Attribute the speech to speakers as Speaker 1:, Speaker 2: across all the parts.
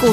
Speaker 1: 股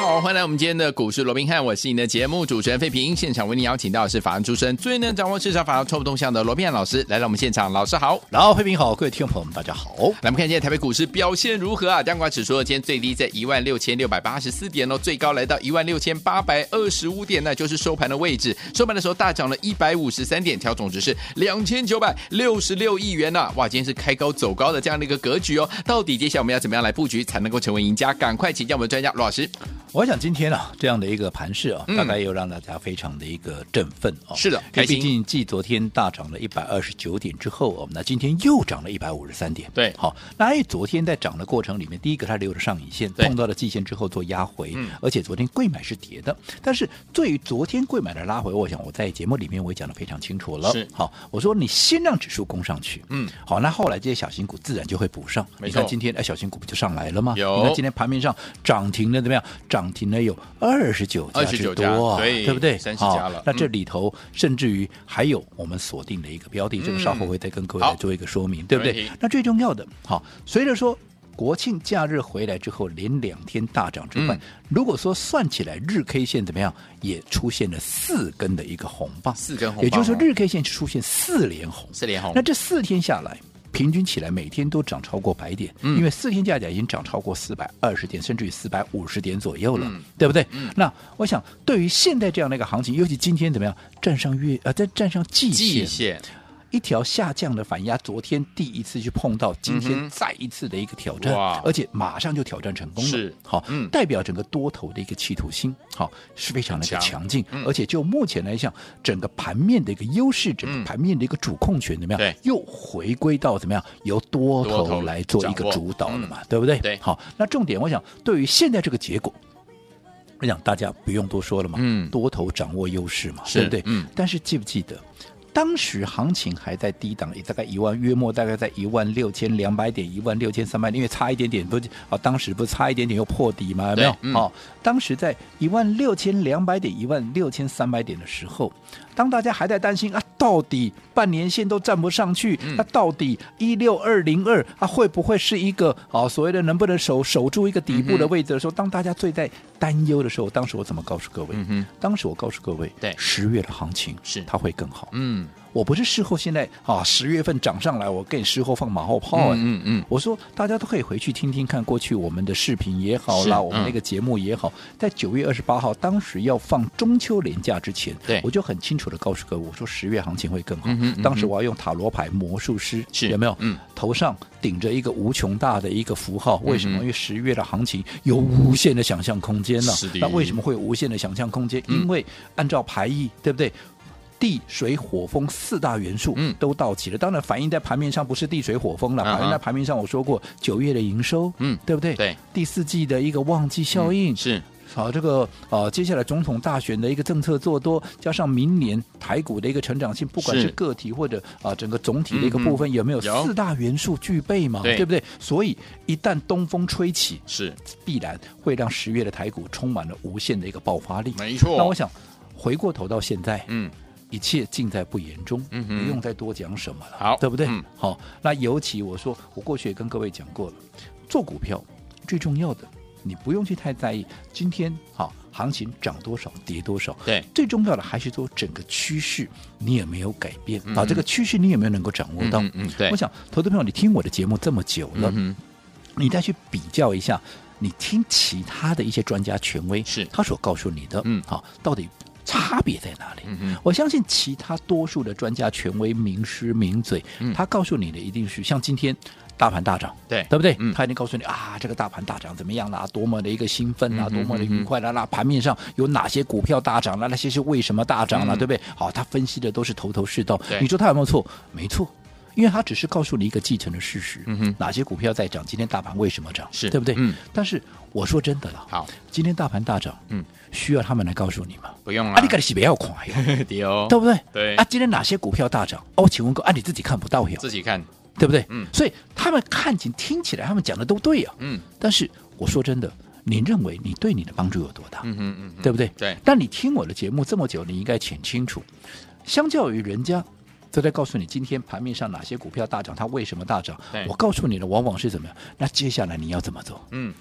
Speaker 2: 好，欢迎来我们今天的股市罗宾汉，我是你的节目主持人费平。现场为您邀请到的是法案出身、最能掌握市场法案错误动向的罗宾汉老师来到我们现场，老师好。
Speaker 3: 然后，慧平好，各位听众朋友们，大家好。
Speaker 2: 来，我们看今天台北股市表现如何啊？加权指数呢今天最低在一万六千六百八十四点哦，最高来到一万六千八百二十五点，那就是收盘的位置。收盘的时候大涨了一百五十三点，调总值是两千九百六十六亿元呐、啊哇，今天是开高走高的这样的一个格局哦。到底接下来我们要怎么样来布局才能够成为赢家？赶快请教我们的专家罗老师。
Speaker 3: 我想今天啊，这样的一个盘势啊，
Speaker 2: 嗯
Speaker 3: 大概又让大家非常的一个振奋哦。
Speaker 2: 是的
Speaker 3: 因
Speaker 2: 开
Speaker 3: 为
Speaker 2: 心
Speaker 3: 毕竟继昨天大涨了一百二十九点之后，啊我们那今天又涨了一百五十三点。
Speaker 2: 对
Speaker 3: 好，那因为昨天在涨的过程里面，第一个它留着上影线，
Speaker 2: 对
Speaker 3: 碰到了季线之后做压回
Speaker 2: 嗯，
Speaker 3: 而且昨天贵买是跌的，但是对于昨天贵买的拉回，我想我在节目里面我也讲的非常清楚了。
Speaker 2: 是
Speaker 3: 好，我说你先让指数攻上去，
Speaker 2: 嗯，
Speaker 3: 好，那后来这些小型股自然就会补上。
Speaker 2: 没
Speaker 3: 你看
Speaker 2: 错
Speaker 3: 今天哎，小型股不就上来了吗？
Speaker 2: 有
Speaker 3: 你看今天盘面上涨停了怎么样？涨停了有二十九家之
Speaker 2: 29
Speaker 3: 多啊，
Speaker 2: 家对
Speaker 3: 对不对？
Speaker 2: 30
Speaker 3: 好
Speaker 2: 家了嗯
Speaker 3: 那这里头甚至于还有我们锁定的一个标的，这个稍后会再跟各位
Speaker 2: 嗯好
Speaker 3: 来做一个说明，对不
Speaker 2: 没问
Speaker 3: 对
Speaker 2: 题？
Speaker 3: 那最重要的，好，随着说。国庆假日回来之后，连两天大涨之外，
Speaker 2: 嗯
Speaker 3: 如果说算起来日 K 线怎么样，也出现了四根的一个红棒，
Speaker 2: 四根红棒哦
Speaker 3: 也就是说日 K 线出现四连红，
Speaker 2: 四连红
Speaker 3: 那这四天下来，平均起来每天都涨超过百点，
Speaker 2: 嗯
Speaker 3: 因为四天加起来已经涨超过四百二十点，甚至于四百五十点左右了，
Speaker 2: 嗯
Speaker 3: 对不对？那我想，对于现在这样的一个行情，尤其今天怎么样，站上月呃，在站上季
Speaker 2: 季
Speaker 3: 线，
Speaker 2: 线
Speaker 3: 一条下降的反压，昨天第一次去碰到，今
Speaker 2: 嗯哼
Speaker 3: 天再一次的一个挑战，
Speaker 2: 哇
Speaker 3: 而且马上就挑战成功了。
Speaker 2: 是
Speaker 3: 好，
Speaker 2: 嗯
Speaker 3: 代表整个多头的一个企图心，好是非常的一个
Speaker 2: 很强
Speaker 3: 强劲，
Speaker 2: 嗯
Speaker 3: 而且就目前来讲，整个盘面的一个优势，整
Speaker 2: 嗯
Speaker 3: 个盘面的一个主控权怎么样？
Speaker 2: 对
Speaker 3: 又回归到怎么样？由多
Speaker 2: 多头
Speaker 3: 头来做一
Speaker 2: 掌
Speaker 3: 个
Speaker 2: 握
Speaker 3: 主导了
Speaker 2: 嗯
Speaker 3: 嘛，对不对？
Speaker 2: 对
Speaker 3: 好，那重点我想，对于现在这个结果。我想大家不用多说了嘛，
Speaker 2: 嗯
Speaker 3: 多头掌握优势嘛，
Speaker 2: 是
Speaker 3: 对不对？
Speaker 2: 嗯
Speaker 3: 但是记不记得，当时行情还在低档，也大概一万，约莫大概在一万六千两百点、一万六千三百点，因为差一点点，不是啊，当时不是差一点点又破底嘛，有没有
Speaker 2: 对？嗯
Speaker 3: 哦，当时在一万六千两百点、一万六千三百点的时候，当大家还在担心啊，到底半年线都站不上去，
Speaker 2: 嗯
Speaker 3: 那、到底一六二零二啊会不会是一个啊所谓的能不能守守住一个底
Speaker 2: 嗯
Speaker 3: 部的位置的时候，当大家最在担忧的时候，当时我怎么告诉各位？
Speaker 2: 嗯哼
Speaker 3: 当时我告诉各位，
Speaker 2: 对
Speaker 3: 十月的行情
Speaker 2: 是
Speaker 3: 它会更好。
Speaker 2: 嗯，
Speaker 3: 我不是事后现在啊，十月份涨上来，我给你事后放马后炮、哎
Speaker 2: 嗯嗯嗯
Speaker 3: 我说大家都可以回去听听看，过去我们的视频也好
Speaker 2: 是
Speaker 3: 啦，我们
Speaker 2: 嗯
Speaker 3: 那个节目也好，在九月二十八号当时要放中秋连假之前，
Speaker 2: 对
Speaker 3: 我就很清楚的告诉各位，我说十月行情会更好。
Speaker 2: 嗯哼嗯哼
Speaker 3: 当时我要用塔罗牌魔术师，
Speaker 2: 是
Speaker 3: 有没有？
Speaker 2: 嗯，
Speaker 3: 头上顶着一个无穷大的一个符号，为什
Speaker 2: 嗯
Speaker 3: 么？
Speaker 2: 哼
Speaker 3: 因为十月的行情有无限的想象空间了
Speaker 2: 是的。
Speaker 3: 那为什么会有无限的想象空间？
Speaker 2: 嗯
Speaker 3: 因为按照牌意，对不对？地水火风四大元素
Speaker 2: 嗯
Speaker 3: 都到齐了，当然反映在盘面上不是地水火风了，
Speaker 2: 啊哈
Speaker 3: 反映在盘面上我说过九月的营收，
Speaker 2: 嗯
Speaker 3: 对不对？
Speaker 2: 对，
Speaker 3: 第四季的一个旺季效应，
Speaker 2: 是
Speaker 3: 好、这个呃，接下来总统大选的一个政策做多，加上明年台股的一个成长性，不管
Speaker 2: 是
Speaker 3: 是个体或者啊、整个总体的一个
Speaker 2: 嗯嗯
Speaker 3: 部分，有没有
Speaker 2: 有
Speaker 3: 四大元素具备嘛？
Speaker 2: 对
Speaker 3: 对不对？所以一旦东风吹起，
Speaker 2: 是，
Speaker 3: 必然会让十月的台股充满了无限的一个爆发力。
Speaker 2: 没错。
Speaker 3: 那我想回过头到现在，
Speaker 2: 嗯，
Speaker 3: 一切尽在不言中，
Speaker 2: 嗯哼
Speaker 3: 不用再多讲什么了，
Speaker 2: 好
Speaker 3: 对不对？
Speaker 2: 嗯
Speaker 3: 好，那尤其我说，我过去也跟各位讲过了，做股票最重要的，你不用去太在意今天好行情涨多少跌多少，
Speaker 2: 对
Speaker 3: 最重要的还是说整个趋势你有没有改变、
Speaker 2: 嗯
Speaker 3: 啊，这个趋势你有没有能够掌握到？
Speaker 2: 嗯嗯嗯对
Speaker 3: 我想投资朋友，你听我的节目这么久了，
Speaker 2: 嗯哼
Speaker 3: 你再去比较一下，你听其他的一些专家权威
Speaker 2: 是
Speaker 3: 他所告诉你的，
Speaker 2: 嗯
Speaker 3: 好，到底差别在哪里？
Speaker 2: 嗯哼
Speaker 3: 我相信其他多数的专家权威、名师名嘴，
Speaker 2: 嗯
Speaker 3: 他告诉你的一定是像今天大盘大涨。
Speaker 2: 对
Speaker 3: 对不对？
Speaker 2: 嗯
Speaker 3: 他已经告诉你啊，这个大盘大涨怎么样啦，多么的一个兴奋啦，
Speaker 2: 嗯哼
Speaker 3: 多么的
Speaker 2: 嗯哼
Speaker 3: 愉快啦，那盘面上有哪些股票大涨啦，那些是为什么大涨啦，
Speaker 2: 嗯
Speaker 3: 对不对？好，他分析的都是头头是道
Speaker 2: 对。
Speaker 3: 你说他有没有错？没错。因为他只是告诉你一个继承的事实，
Speaker 2: 嗯哼
Speaker 3: 哪些股票在涨，今天大盘为什么涨，
Speaker 2: 是
Speaker 3: 对不对？
Speaker 2: 嗯
Speaker 3: 但是我说真的了，
Speaker 2: 好，
Speaker 3: 今天大盘大涨，
Speaker 2: 嗯，
Speaker 3: 需要他们来告诉你吗？
Speaker 2: 不用了。
Speaker 3: 啊，你赶紧不要垮哟，
Speaker 2: 丢
Speaker 3: 对不对？
Speaker 2: 对
Speaker 3: 啊，今天哪些股票大涨？哦，请问哥，啊，你自己看不到哟，
Speaker 2: 自己看，
Speaker 3: 对不对？
Speaker 2: 嗯
Speaker 3: 所以他们看起听起来他们讲的都对呀、啊，
Speaker 2: 嗯
Speaker 3: 但是我说真的，你认为你对你的帮助有多大？
Speaker 2: 嗯哼嗯哼，
Speaker 3: 对不对？
Speaker 2: 对
Speaker 3: 但你听我的节目这么久，你应该很清楚，相较于人家都在告诉你今天盘面上哪些股票大涨，它为什么大涨
Speaker 2: 对，
Speaker 3: 我告诉你的往往是怎么样。那接下来你要怎么做？
Speaker 2: 嗯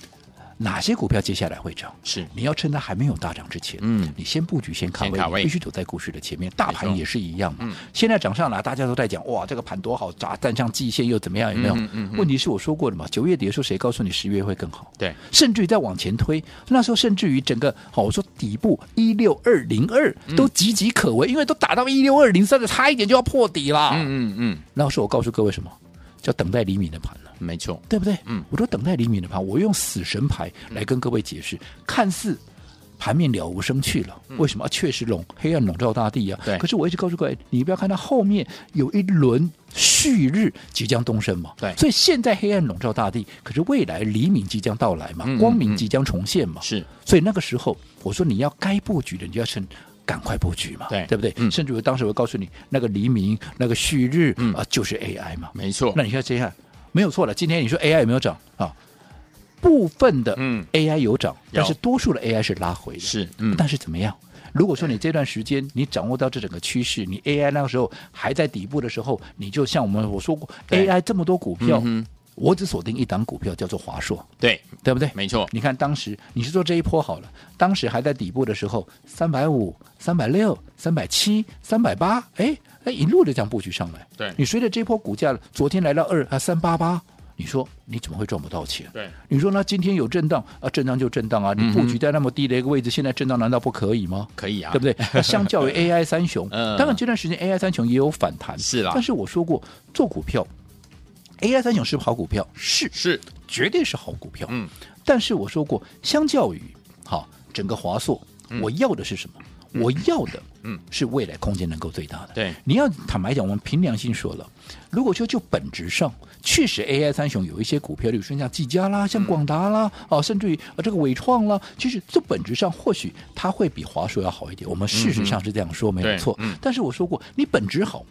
Speaker 3: 哪些股票接下来会涨？
Speaker 2: 是
Speaker 3: 你要趁它还没有大涨之前，
Speaker 2: 嗯
Speaker 3: 你先布局，先卡
Speaker 2: 先
Speaker 3: 位，
Speaker 2: 卡
Speaker 3: 你
Speaker 2: 位
Speaker 3: 必须走在股市的前面。大
Speaker 2: 没
Speaker 3: 盘
Speaker 2: 错
Speaker 3: 也是一样嘛。
Speaker 2: 嗯
Speaker 3: 现在涨上来，大家都在讲哇，这个盘多好，砸站上季线又怎么样？有没有？
Speaker 2: 嗯嗯嗯
Speaker 3: 问题是我说过的嘛，九月底的时候，谁告诉你十月会更好？
Speaker 2: 对，
Speaker 3: 甚至于再往前推，那时候甚至于整个好，我说底部一六二零二
Speaker 2: 嗯
Speaker 3: 都岌岌可危，因为都打到一六二零三了，差一点就要破底啦。
Speaker 2: 嗯嗯嗯，
Speaker 3: 那时候我告诉各位什么？叫等待黎明的盘了。
Speaker 2: 没错，
Speaker 3: 对不对？
Speaker 2: 嗯，
Speaker 3: 我说等待黎明的盘，我用死神牌来跟各位解释，看似。盘面了无生趣了，为什么？啊确实笼黑暗笼罩大地啊
Speaker 2: 嗯对。
Speaker 3: 可是我一直告诉各位，你不要看它后面有一轮旭日即将东升嘛。
Speaker 2: 对
Speaker 3: 所以现在黑暗笼罩大地，可是未来黎明即将到来嘛
Speaker 2: 嗯嗯，
Speaker 3: 光明即将重现嘛。
Speaker 2: 是
Speaker 3: 所以那个时候，我说你要该布局的，你就要趁。赶快布局嘛，
Speaker 2: 对
Speaker 3: 不对？
Speaker 2: 嗯
Speaker 3: 甚至我当时我告诉你，那个黎明、那个旭日啊、
Speaker 2: 嗯
Speaker 3: 就是 AI 嘛，
Speaker 2: 没错
Speaker 3: 那，你看接下来没有错了，今天你说 AI 有没有涨啊？部分的
Speaker 2: 嗯
Speaker 3: AI 有涨，
Speaker 2: 有
Speaker 3: 但是多数的 AI 是拉回的。
Speaker 2: 是嗯
Speaker 3: 但是怎么样？如果说你这段时间你掌握到这整个趋势，你 AI 那个时候还在底部的时候，你就像我们我说过
Speaker 2: 对
Speaker 3: ，AI 这么多股票，
Speaker 2: 嗯哼
Speaker 3: 我只锁定一档股票叫做华硕，
Speaker 2: 对，
Speaker 3: 对不对？
Speaker 2: 没错，
Speaker 3: 你看当时你是做这一波好了，当时还在底部的时候，三百五、三百六、三百七、三百八，哎，哎，一路的这样布局上来。
Speaker 2: 对
Speaker 3: 你随着这波股价，昨天来到二啊三八八，你说你怎么会赚不到钱？
Speaker 2: 对，
Speaker 3: 你说呢？今天有震荡啊，震荡就震荡啊，你布局在那么低的一个位置，现在震荡难道不可以吗？
Speaker 2: 可以啊，
Speaker 3: 对不对？那相较于 AI 三雄，
Speaker 2: 嗯
Speaker 3: 当然这段时间 AI 三雄也有反弹，
Speaker 2: 是啦
Speaker 3: 但是我说过，做股票，AI 三雄是不是好股票？是，
Speaker 2: 是，
Speaker 3: 绝对是好股票。
Speaker 2: 嗯，
Speaker 3: 但是我说过，相较于好整个华硕，我要的是什么？我要的，
Speaker 2: 嗯，
Speaker 3: 是未来空间能够最大的。
Speaker 2: 对
Speaker 3: 你要坦白讲，我们凭良心说了，如果说就本质上，确实 AI 三雄有一些股票，比如说像技嘉
Speaker 2: 嗯
Speaker 3: 啦、像广达啦，啊，甚至于啊这个伟创啦，其实这本质上或许它会比华硕要好一点。我们事实上是这样说，没
Speaker 2: 对
Speaker 3: 有错。
Speaker 2: 嗯
Speaker 3: 但是我说过，你本质好，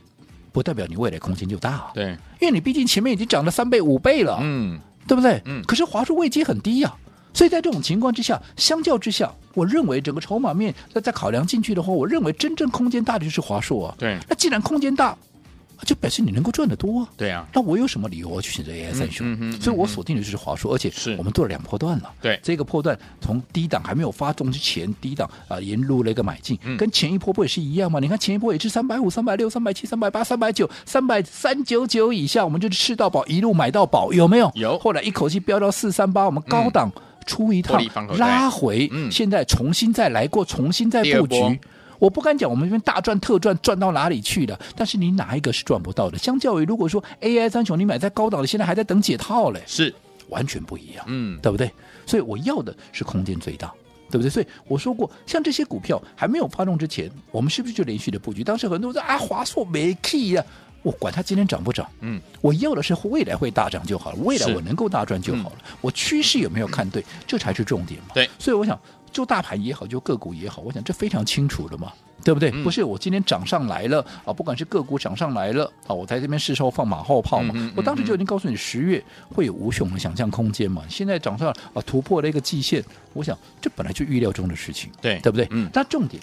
Speaker 3: 不代表你未来空间就大、啊。，
Speaker 2: 对，
Speaker 3: 因为你毕竟前面已经涨了三倍、五倍了。
Speaker 2: 嗯，
Speaker 3: 对不对？
Speaker 2: 嗯
Speaker 3: 可是华硕位阶很低呀、所以在这种情况之下，相较之下，我认为整个筹码面那在考量进去的话，我认为真正空间大的就是华硕啊。
Speaker 2: 对
Speaker 3: 那既然空间大，就表示你能够赚得多啊。
Speaker 2: 对啊，
Speaker 3: 那我有什么理由我去选择 AI 三雄？
Speaker 2: 嗯嗯嗯
Speaker 3: 所以我锁定的就是华硕，而且
Speaker 2: 是
Speaker 3: 我们做了两波段了。
Speaker 2: 对
Speaker 3: 这个波段从低档还没有发动之前，低档啊、呃、沿路了一个买进，
Speaker 2: 嗯
Speaker 3: 跟前一波不也是一样吗？你看前一波也是三百五、三百六、三百七、三百八、三百九、三百三九九以下，我们就是吃到饱，一路买到饱，有没有？
Speaker 2: 有嗯
Speaker 3: 后来一口气飙到四三八，我们高档。出一
Speaker 2: 获
Speaker 3: 趟
Speaker 2: 利放口袋
Speaker 3: 拉回，
Speaker 2: 嗯
Speaker 3: 现在重新再来过，重新再
Speaker 2: 第二
Speaker 3: 布
Speaker 2: 波
Speaker 3: 局。我不敢讲我们这边大赚特赚赚到哪里去了，但是你哪一个是赚不到的？相较于如果说 AI 三雄你买在高档的，现在还在等解套嘞，
Speaker 2: 是，
Speaker 3: 完全不一样，
Speaker 2: 嗯，
Speaker 3: 对不对？所以我要的是空间最大。对不对？所以我说过，像这些股票还没有发动之前，我们是不是就连续的布局？当时很多人说啊，华硕没 key 呀、我管它今天涨不涨，
Speaker 2: 嗯，
Speaker 3: 我要的是未来会大涨就好了，未来
Speaker 2: 是嗯
Speaker 3: 我能够大赚就好了。我趋势有没有看对，这才是重点嘛。
Speaker 2: 对
Speaker 3: 所以我想，就大盘也好，就个股也好，我想这非常清楚了嘛。对不对？
Speaker 2: 嗯
Speaker 3: 不是我今天涨上来了啊，不管是个股涨上来了啊，我在这边事后放马后炮嘛。
Speaker 2: 嗯嗯嗯
Speaker 3: 我当时就已经告诉你，十月会有无穷的想象空间嘛。现在涨上来啊，突破了一个季线，我想这本来就预料中的事情，
Speaker 2: 对
Speaker 3: 对不对？
Speaker 2: 嗯，
Speaker 3: 但重点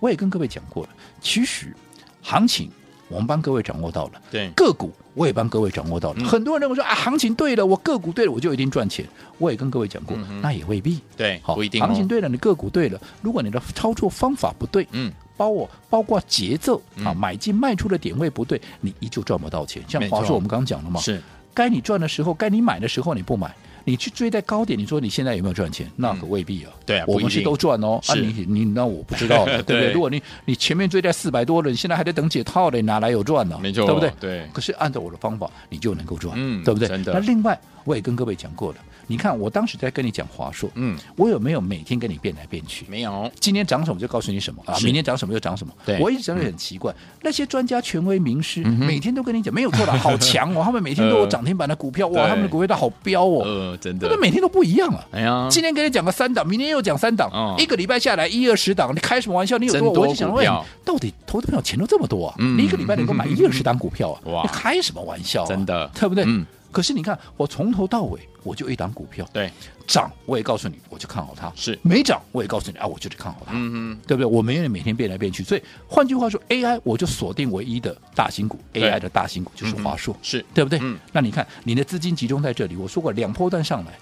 Speaker 3: 我也跟各位讲过了，其实行情我们帮各位掌握到了，
Speaker 2: 对，
Speaker 3: 个股我也帮各位掌握到了。
Speaker 2: 嗯
Speaker 3: 很多人认为说啊，行情对了，我个股对了，我就一定赚钱。我也跟各位讲过，
Speaker 2: 嗯哼
Speaker 3: 那也未必。
Speaker 2: 对，不一定
Speaker 3: 行情
Speaker 2: 哦，
Speaker 3: 对了，你个股对了，如果你的操作方法不对，
Speaker 2: 嗯，
Speaker 3: 包我包括节奏啊，
Speaker 2: 嗯
Speaker 3: 买进卖出的点位不对，你依旧赚不到钱。像
Speaker 2: 没错
Speaker 3: 华硕，我们刚刚讲了嘛，
Speaker 2: 是，
Speaker 3: 该你赚的时候，该你买的时候你不买，你去追在高点，你说你现在有没有赚钱？那可未必啊。
Speaker 2: 对啊
Speaker 3: 我
Speaker 2: 不一
Speaker 3: 们
Speaker 2: 定
Speaker 3: 是都赚哦。啊，
Speaker 2: 是
Speaker 3: 你你那我不 知道了，对不
Speaker 2: 对
Speaker 3: 对？如果你你前面追在四百多了，你现在还在等解套的，你哪来有赚呢？
Speaker 2: 没错
Speaker 3: 对不对？
Speaker 2: 对
Speaker 3: 可是按照我的方法，你就能够赚，
Speaker 2: 嗯
Speaker 3: 对不对？
Speaker 2: 真的
Speaker 3: 那另外，我也跟各位讲过了，你看我当时在跟你讲华硕，
Speaker 2: 嗯，
Speaker 3: 我有没有每天跟你变来变去？
Speaker 2: 没有，
Speaker 3: 今天涨什么就告诉你什么啊，
Speaker 2: 是
Speaker 3: 明天涨什么就涨什么。
Speaker 2: 对嗯
Speaker 3: 我一直觉得很奇怪，那些专家、权威、名师每天都跟你讲，没有错的，好强哦，他们每天都有涨停板的股票，
Speaker 2: 呃对
Speaker 3: 哇，他们的股票都好飙哦
Speaker 2: 呃，哦，真
Speaker 3: 对
Speaker 2: 的
Speaker 3: 不对？，每天都不一样啊。
Speaker 2: 哎呀，
Speaker 3: 今天跟你讲个三档，明天又讲三档，
Speaker 2: 哦
Speaker 3: 一个礼拜下来一二十档，你开什么玩笑？你有
Speaker 2: 真
Speaker 3: 多？
Speaker 2: 多
Speaker 3: 我就想
Speaker 2: 股
Speaker 3: 问
Speaker 2: 票，
Speaker 3: 到底投资朋友钱都这么多啊？
Speaker 2: 嗯
Speaker 3: 你一个礼拜能够买一二十档股票啊？
Speaker 2: 哇
Speaker 3: 你开什么玩笑、啊？
Speaker 2: 真的
Speaker 3: 对不对？
Speaker 2: 嗯
Speaker 3: 可是你看，我从头到尾我就一档股票
Speaker 2: 对，
Speaker 3: 涨，我也告诉你，我就看好它；
Speaker 2: 是
Speaker 3: 没涨，我也告诉你啊，我就是看好它。
Speaker 2: 嗯
Speaker 3: 对不对？我们愿意每天变来变去，所以换句话说，AI 我就锁定唯一的大型股
Speaker 2: 对
Speaker 3: ，AI 的大型股就是华硕，
Speaker 2: 哼，是
Speaker 3: 对不对？
Speaker 2: 嗯
Speaker 3: 那你看你的资金集中在这里，我说过两波段上来，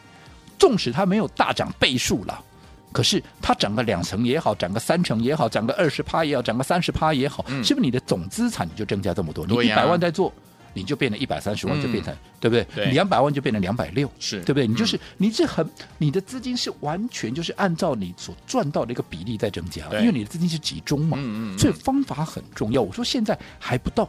Speaker 3: 纵使它没有大涨倍数了。可是它涨个两成也好，涨个三成也好，涨个二十趴也好，涨个三十趴也好，
Speaker 2: 嗯
Speaker 3: 是不是你的总资产你就增加这么多？你
Speaker 2: 对
Speaker 3: 一
Speaker 2: 呀
Speaker 3: 百万在做，你就变成一百三十
Speaker 2: 嗯
Speaker 3: 万，就变成、对不
Speaker 2: 对
Speaker 3: 对？两百万就变成两百六，
Speaker 2: 是
Speaker 3: 对不对？你就
Speaker 2: 嗯
Speaker 3: 是、你这很你的资金是完全就是按照你所赚到的一个比例在增加，
Speaker 2: 对
Speaker 3: 因为你的资金是集中嘛，
Speaker 2: 嗯嗯嗯
Speaker 3: 所以方法很重要。我说现在还不到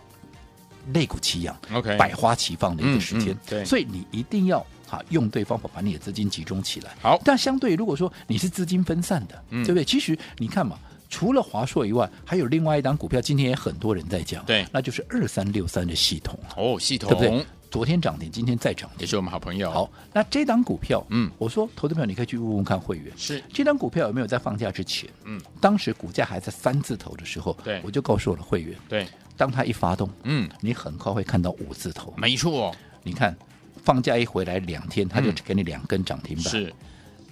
Speaker 3: 肋骨齐扬，
Speaker 2: OK，
Speaker 3: 百花齐放的一个时间。
Speaker 2: 哎嗯嗯对
Speaker 3: 所以你一定要哈、用对方法把你的资金集中起来。
Speaker 2: 好
Speaker 3: 但相对如果说你是资金分散的，
Speaker 2: 嗯
Speaker 3: 对不对？其实你看嘛。除了华硕以外，还有另外一档股票，今天也很多人在讲，
Speaker 2: 对
Speaker 3: 那就是二三六三的系统啊，
Speaker 2: 哦，系统
Speaker 3: 对不对？昨天涨停，今天再涨
Speaker 2: 也
Speaker 3: 停。
Speaker 2: 是我们好朋友，
Speaker 3: 好，那这档股票，
Speaker 2: 嗯
Speaker 3: 我说投资票你可以去问问看会员，
Speaker 2: 是
Speaker 3: 这张股票有没有在放假之前？
Speaker 2: 嗯，
Speaker 3: 当时股价还在三字头的时候，
Speaker 2: 对
Speaker 3: 我就告诉我的会员，
Speaker 2: 对，
Speaker 3: 当它一发动，
Speaker 2: 嗯，
Speaker 3: 你很快会看到五字头。
Speaker 2: 没错，
Speaker 3: 你看，放假一回来两天，它就
Speaker 2: 嗯
Speaker 3: 给你两根涨停板，
Speaker 2: 是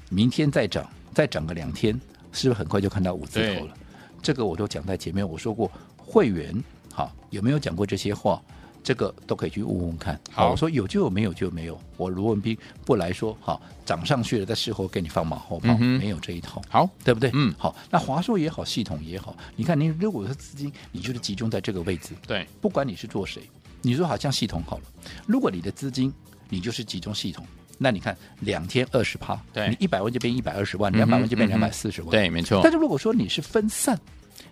Speaker 3: 明天再涨，再涨个两天，是不是很快就看到五字头了？这个我都讲在前面，我说过会员好有没有讲过这些话？这个都可以去问问看。
Speaker 2: 好
Speaker 3: 我说有就有，没有就没有。我卢文斌不来说，好涨上去了，在事后给你放马后炮，
Speaker 2: 嗯哼
Speaker 3: 没有这一套。
Speaker 2: 好，
Speaker 3: 对不对？
Speaker 2: 嗯
Speaker 3: 好，那华硕也好，系统也好，你看，你如果是资金，你就是集中在这个位置，
Speaker 2: 对，
Speaker 3: 不管你是做谁，你说好像系统好了，如果你的资金你就是集中系统，那你看两天二十趴，
Speaker 2: 对
Speaker 3: 你一百万就变一百二十万，两百万就变
Speaker 2: 嗯
Speaker 3: 两
Speaker 2: 哼
Speaker 3: 百四十万，
Speaker 2: 对，没错
Speaker 3: 但，是如果说你是分散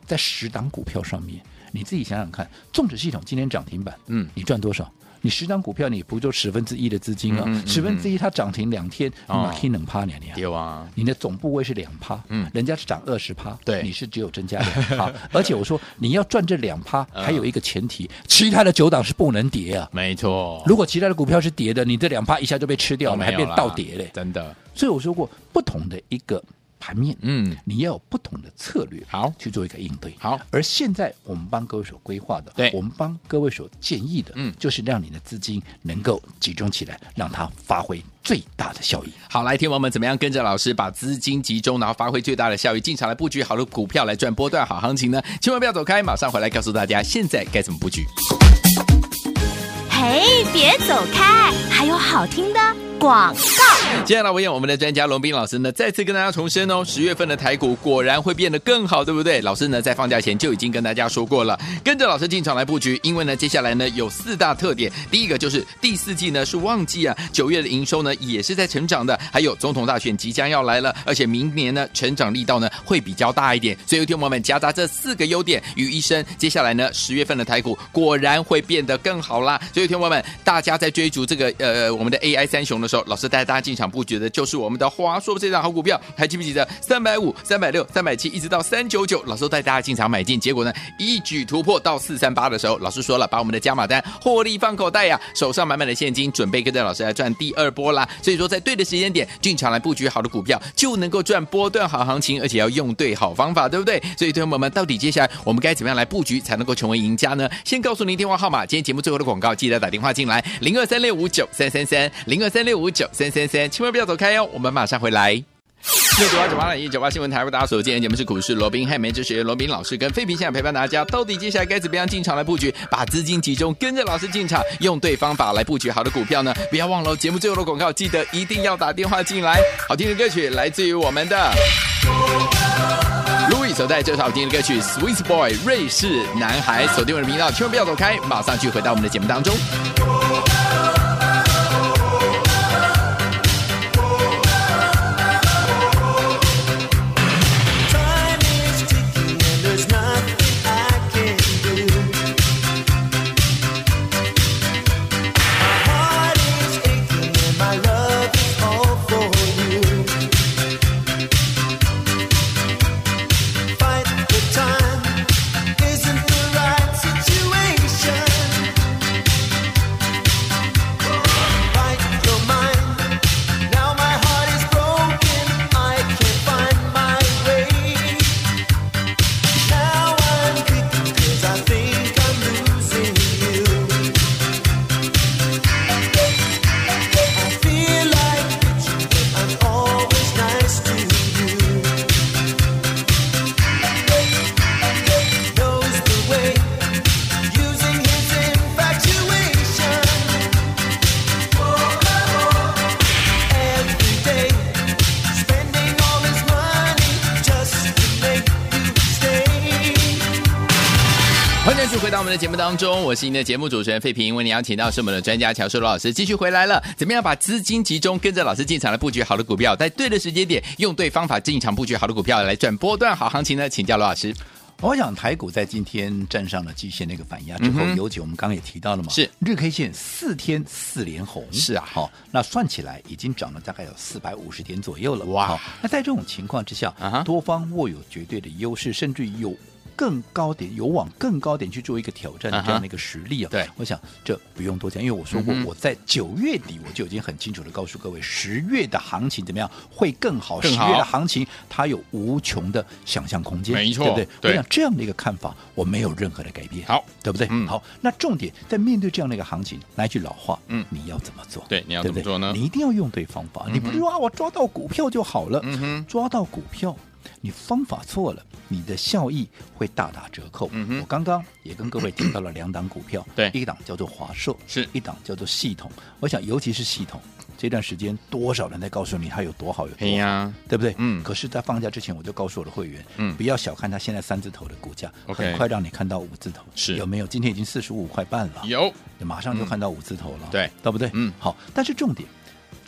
Speaker 3: 在十档股票上面，你自己想想看，纵使系统今天涨停板，
Speaker 2: 嗯
Speaker 3: 你赚多少？你十档股票，你不就十分之一的资金啊
Speaker 2: 嗯嗯嗯？嗯
Speaker 3: 十分之一它涨停两天，你
Speaker 2: 哦
Speaker 3: 把 K 能趴两年。
Speaker 2: 有啊，
Speaker 3: 你的总部位是两趴，
Speaker 2: 嗯
Speaker 3: 人家是涨二十趴，
Speaker 2: 对
Speaker 3: 你是只有增加两 趴，而且我说你要赚这两趴，
Speaker 2: 嗯
Speaker 3: 还有一个前提，其他的九档是不能跌啊。
Speaker 2: 没错，
Speaker 3: 如果其他的股票是跌的，你这两趴一下就被吃掉
Speaker 2: 哦都没
Speaker 3: 了，还
Speaker 2: 有
Speaker 3: 变
Speaker 2: 啦
Speaker 3: 倒跌嘞。
Speaker 2: 真的，
Speaker 3: 所以我说过，不同的一个盘面，
Speaker 2: 嗯，
Speaker 3: 你要有不同的策略，
Speaker 2: 好
Speaker 3: 去做一个应对。
Speaker 2: 好，
Speaker 3: 而现在我们帮各位所规划的，
Speaker 2: 对
Speaker 3: 我们帮各位所建议的，
Speaker 2: 嗯
Speaker 3: 就是让你的资金能够集中起来，让它发挥最大的效益。
Speaker 2: 好，来，听我们怎么样跟着老师把资金集中，然后发挥最大的效益，进场来布局好的股票，来赚波段好行情呢？千万不要走开，马上回来告诉大家现在该怎么布局。
Speaker 1: 嘿，别走开，还有好听的广告。
Speaker 2: 接下来，我演我们的专家龙斌老师呢，再次跟大家重申哦，十月份的台股果然会变得更好，对不对？老师呢在放假前就已经跟大家说过了，跟着老师进场来布局，因为呢接下来呢有四大特点，第一个就是第四季呢是旺季啊，九月的营收呢也是在成长的，还有总统大选即将要来了，而且明年呢成长力道呢会比较大一点，所以有听我们夹杂这四个优点于一身，接下来呢十月份的台股果然会变得更好啦，所以听我们大家在追逐这个呃我们的 AI 三雄的时候，老师带大家进场布局的就是我们的华硕这档好股票，还记不记得三百五、三百六、三百七，一直到三九九，老师都带大家进场买进，结果呢一举突破到四三八的时候，老师说了，把我们的加码单获利放口袋呀、手上满满的现金，准备跟着老师来赚第二波啦。所以说，在对的时间点进场来布局好的股票，就能够赚波段好行情，而且要用对好方法，对不对？所以，同学们，到底接下来我们该怎么样来布局才能够成为赢家呢？先告诉您电话号码，今天节目最后的广告，记得打电话进来，零二三六五九三三三，零二三六五九三三三，千万不要走开哦，我们马上回来。六九八九八零一九八新闻台为大家所见，节目是股市罗宾汉梅之学罗宾老师跟费平现在陪伴大家，到底接下来该怎么样进场来布局，把资金集中，跟着老师进场，用对方法来布局好的股票呢？不要忘了哦节目最后的广告，记得一定要打电话进来。好听的歌曲来自于我们的 Louis 所带这首好听的歌曲《Swiss Boy》瑞士男孩，锁定我们的频道，千万不要走开，马上去回到我们的节目当中。
Speaker 4: Time is ticking and there's nothing I can do. My heart is aching and my love is all for you. Fight the time isn't the right situation.
Speaker 2: 回到我们的节目当中，我是您的节目主持人费平。为您邀请到是我们的专家乔硕罗老师，继续回来了。怎么样把资金集中，跟着老师进场来布局好的股票，在对的时间点，用对方法进场布局好的股票，来赚波段好行情呢？请教罗老 师。
Speaker 3: 我想台股在今天站上了季线那个反压之后，
Speaker 2: 嗯哼
Speaker 3: 尤其我们刚刚也提到了嘛，
Speaker 2: 是
Speaker 3: 日 K 线四天四连红，
Speaker 2: 是啊
Speaker 3: 好、那算起来已经涨了大概有四百五十点左右了，
Speaker 2: 哇
Speaker 3: 好那在这种情况之下
Speaker 2: 啊哈
Speaker 3: 多方握有绝对的优势，甚至有。更高点有往更高点去做一个挑战
Speaker 2: 啊哈
Speaker 3: 这样的一个实力啊！
Speaker 2: 对
Speaker 3: 我想这不用多讲，因为我说过
Speaker 2: 嗯哼
Speaker 3: 我在九月底我就已经很清楚的告诉各位，十月的行情怎么样会更好，十
Speaker 2: 更好
Speaker 3: 月的行情它有无穷的想象空间，
Speaker 2: 没错
Speaker 3: 对不对？
Speaker 2: 对
Speaker 3: 我想这样的一个看法，我没有任何的改变，
Speaker 2: 好，
Speaker 3: 对不对？
Speaker 2: 嗯
Speaker 3: 好，那重点在面对这样的一个行情，来一句老话，
Speaker 2: 嗯
Speaker 3: 你要怎么做？
Speaker 2: 对你要
Speaker 3: 不
Speaker 2: 怎么做呢
Speaker 3: 你一定要用对方法，你不是说啊，我抓到股票就好了，
Speaker 2: 嗯哼
Speaker 3: 抓到股票。你方法错了，你的效益会大打折扣。
Speaker 2: 嗯哼
Speaker 3: 我刚刚也跟各位提到了两档股票，
Speaker 2: 对
Speaker 3: 一档叫做华硕，
Speaker 2: 是
Speaker 3: 一档叫做系统。我想，尤其是系统，这段时间多少人在告诉你它有多好，有多
Speaker 2: 嘿哎
Speaker 3: 好。
Speaker 2: 呀，
Speaker 3: 对不对？
Speaker 2: 嗯
Speaker 3: 可是，在放假之前，我就告诉我的会员，
Speaker 2: 嗯
Speaker 3: 不要小看它现在三字头的股价
Speaker 2: OK
Speaker 3: 很快让你看到五字头，
Speaker 2: 是
Speaker 3: 有没有？今天已经四十五块半了，
Speaker 2: 有
Speaker 3: 马上就看到五字头了，
Speaker 2: 对
Speaker 3: 对不对？
Speaker 2: 嗯
Speaker 3: 好。但是重点，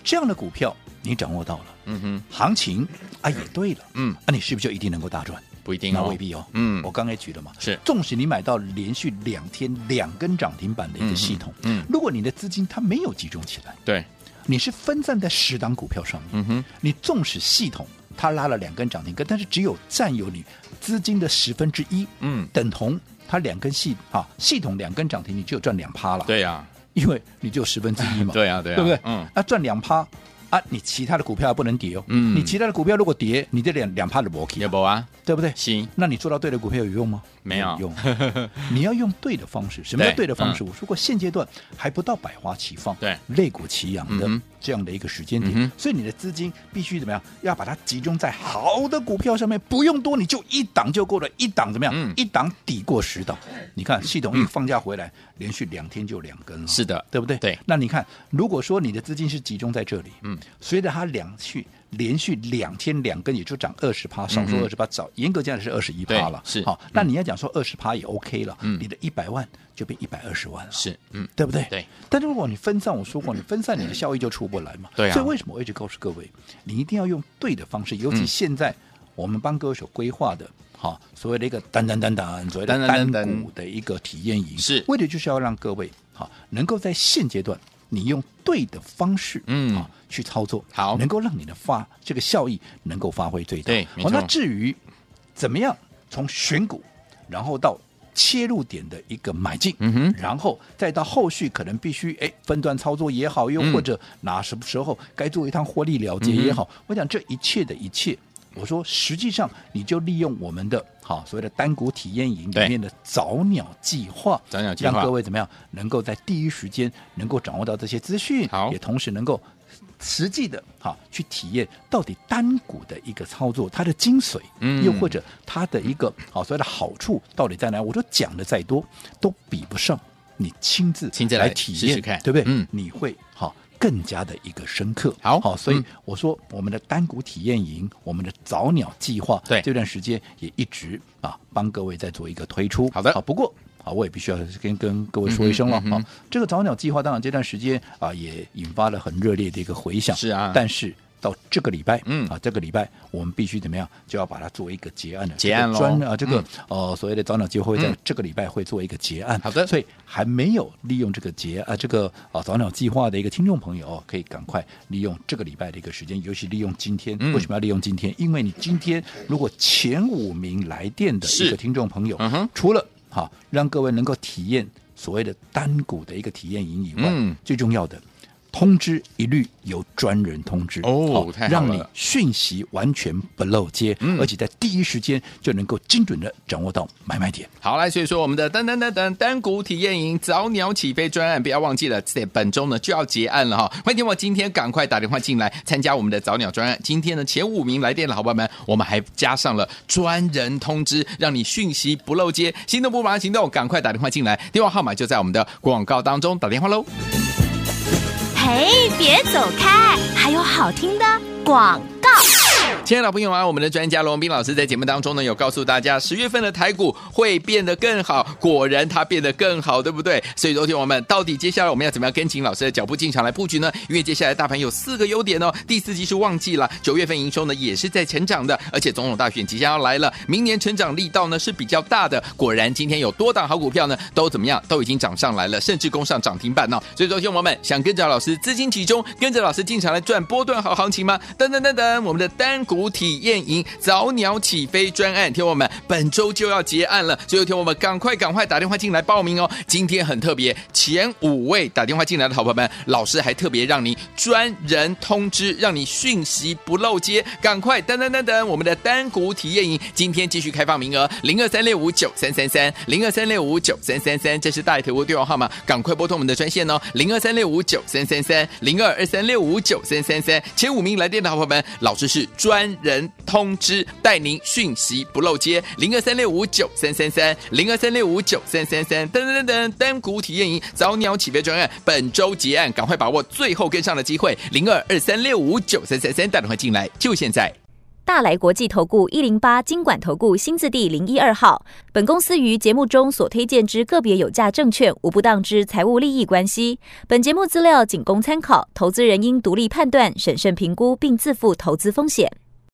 Speaker 3: 这样的股票你掌握到了，
Speaker 2: 嗯哼，
Speaker 3: 行情啊也对了，
Speaker 2: 嗯
Speaker 3: 啊，你是不是就一定能够大赚？
Speaker 2: 不一定
Speaker 3: 那
Speaker 2: 哦，
Speaker 3: 未必哦，
Speaker 2: 嗯
Speaker 3: 我刚才举了嘛，
Speaker 2: 是
Speaker 3: 纵使你买到连续两天两根涨停板的一个系统，
Speaker 2: 嗯嗯嗯
Speaker 3: 如果你的资金它没有集中起来，
Speaker 2: 对，
Speaker 3: 你是分散在十档股票上面，
Speaker 2: 嗯哼，
Speaker 3: 你纵使系统它拉了两根涨停根，但是只有占有你资金的十分之一，
Speaker 2: 嗯，
Speaker 3: 等同它两根系啊系统两根涨停，你只有赚两趴了，，
Speaker 2: 对呀，
Speaker 3: 因为你只有十分之一嘛，
Speaker 2: 对呀，对呀，
Speaker 3: 对不对？
Speaker 2: 嗯，
Speaker 3: 那赚两趴啊，你其他的股票还不能跌哦，
Speaker 2: 嗯
Speaker 3: 你其他的股票如果跌，你这两两趴的摩 k
Speaker 2: 要不啊，
Speaker 3: 对不对？
Speaker 2: 行，
Speaker 3: 那你做到对的股票有用吗？
Speaker 2: 没有嗯
Speaker 3: 用， 你要用对的方式。什么叫对的方式？我说过，现阶段还不到百花齐放，
Speaker 2: 对
Speaker 3: 肋骨齐扬的
Speaker 2: 嗯哼
Speaker 3: 这样的一个时间点，
Speaker 2: 嗯哼
Speaker 3: 所以你的资金必须怎么样？要把它集中在好的股票上面，不用多，你就一档就够了，一档怎么样？
Speaker 2: 嗯
Speaker 3: 一档抵过十档。你看，系统一放假回来，连续两天就两根了，
Speaker 2: 是的
Speaker 3: 对不对？
Speaker 2: 对。
Speaker 3: 那你看，如果说你的资金是集中在这里，
Speaker 2: 嗯，
Speaker 3: 随着它两续连续两天两根，也就涨二十趴，少说
Speaker 2: 嗯
Speaker 3: 二十趴，早严格讲是二十一。一
Speaker 2: 对
Speaker 3: 趴了，
Speaker 2: 是
Speaker 3: 好。那你要讲说二十趴也 OK 了，
Speaker 2: 嗯
Speaker 3: 你的一百万就变一百二十万了，
Speaker 2: 是，嗯，
Speaker 3: 对不对？
Speaker 2: 对。
Speaker 3: 但是如果你分散，我说过，你分散你的效益就出不来嘛。
Speaker 2: 对啊
Speaker 3: 所以为什么我一直告诉各位，你一定要用对的方式，尤其
Speaker 2: 嗯
Speaker 3: 现在我们帮各位所规划的。好，所谓的一个单单单单，所谓
Speaker 2: 单
Speaker 3: 的
Speaker 2: 单
Speaker 3: 单
Speaker 2: 单单
Speaker 3: 股的一个体验营，
Speaker 2: 是
Speaker 3: 为的就是要让各位好能够在现阶段，你用对的方式，
Speaker 2: 嗯
Speaker 3: 啊，去操作，
Speaker 2: 好
Speaker 3: 能够让你的发这个效益能够发挥最大。
Speaker 2: 对没
Speaker 3: 好，那
Speaker 2: 错
Speaker 3: 至于怎么样从选股，然后到切入点的一个买进，
Speaker 2: 嗯哼
Speaker 3: 然后再到后续可能必须哎分段操作也好，又
Speaker 2: 嗯
Speaker 3: 或者哪什么时候该做一趟获利了结也好，我讲这一切的一切。我说，实际上你就利用我们的好所谓的单股体验营
Speaker 2: 对
Speaker 3: 里面的早鸟计划，
Speaker 2: 早鸟计划
Speaker 3: 让各位怎么样能够在第一时间能够掌握到这些资讯，
Speaker 2: 好
Speaker 3: 也同时能够实际的哈去体验到底单股的一个操作它的精髓，
Speaker 2: 嗯
Speaker 3: 又或者它的一个好所谓的好处到底在哪？我说讲的再多都比不上你亲自
Speaker 2: 亲自来
Speaker 3: 来体验，
Speaker 2: 试试看
Speaker 3: 对不对？
Speaker 2: 嗯
Speaker 3: 你会好。更加的一个深刻，
Speaker 2: 好
Speaker 3: 好，所以
Speaker 2: 嗯
Speaker 3: 我说我们的单股体验营，我们的早鸟计划，
Speaker 2: 对
Speaker 3: 这段时间也一直啊帮各位在做一个推出。
Speaker 2: 好的
Speaker 3: 好，不过啊，我也必须要跟跟各位说一声了
Speaker 2: 嗯哼嗯
Speaker 3: 啊
Speaker 2: 哼，
Speaker 3: 这个早鸟计划当然这段时间啊也引发了很热烈的一个回响，
Speaker 2: 是啊
Speaker 3: 但是。到这个礼拜，
Speaker 2: 嗯
Speaker 3: 啊，这个礼拜我们必须怎么样，就要把它做一个结案了。
Speaker 2: 结案咯
Speaker 3: 这个专啊，这个、
Speaker 2: 嗯
Speaker 3: 呃所谓的早鸟计划会在
Speaker 2: 嗯
Speaker 3: 这个礼拜会做一个结案。
Speaker 2: 好的
Speaker 3: 所以还没有利用这个节啊，这个啊早鸟计划的一个听众朋友哦，可以赶快利用这个礼拜的一个时间，尤其利用今天。
Speaker 2: 嗯
Speaker 3: 为什么要利用今天？因为你今天如果前五名来电的
Speaker 2: 是
Speaker 3: 一个听众朋友，
Speaker 2: 嗯哼
Speaker 3: 除了好、让各位能够体验所谓的单股的一个体验营以外，
Speaker 2: 嗯
Speaker 3: 最重要的。通知一律由专人通知
Speaker 2: 哦太好
Speaker 3: 让
Speaker 2: 了
Speaker 3: 你讯息完全不漏接，
Speaker 2: 嗯
Speaker 3: 而且在第一时间就能够精准的掌握到买卖点。
Speaker 2: 好来，所以说我们的单单单单单股体验营早鸟起飞专案，不要忘记了，在本周呢就要结案了哈。欢迎听我今天赶快打电话进来参加我们的早鸟专案。今天呢前五名来电的好朋友们，我们还加上了专人通知，让你讯息不漏接。心动不马上行动，赶快打电话进来，电话号码就在我们的广告当中，打电话喽。
Speaker 1: 嘿，别走开，还有好听的广告。
Speaker 2: 亲爱的朋友啊，我们的专家罗文斌老师在节目当中呢，有告诉大家，十月份的台股会变得更好。果然，它变得更好，对不对？所以，昨天我们到底接下来我们要怎么样跟紧老师的脚步进场来布局呢？因为接下来大盘有四个优点哦。第四季是旺季了，九月份营收呢也是在成长的，而且总统大选即将要来了，明年成长力道呢是比较大的。果然，今天有多档好股票呢都怎么样，都已经涨上来了，甚至攻上涨停板哦。所以，昨天我们想跟着老师资金集中，跟着老师进场来赚波段好行情吗？等等等等，我们的单股体验营早鸟起飞专案，听我们本周就要结案了，所以听我们赶快赶快打电话进来报名哦。今天很特别，前五位打电话进来的好朋友们，老师还特别让你专人通知，让你讯息不漏接，赶快等等等等，我们的单股体验营今天继续开放名额，零二三六五九三三三，零二三六五九三三三，这是大头屋电话号码，赶快拨通我们的专线哦，零二三六五九三三三，零二二三六五九三三三，前五名来电的好朋友们，老师是专人通知，带您讯息不漏接，零二三六五九三三三，零二三六五九三三三，噔噔噔噔，单股体验营早鸟起飞专案，本周结案，赶快把握最后跟上的机会，零二二三六五九三三三，打电话进来，就现在。
Speaker 5: 大来国际投顾一零八金管投顾新字第零一二号。本公司于节目中所推荐之个别有价证券，无不当之财务利益关系。本节目资料仅供参考，投资人应独立判断、审慎评估，并自负投资风险。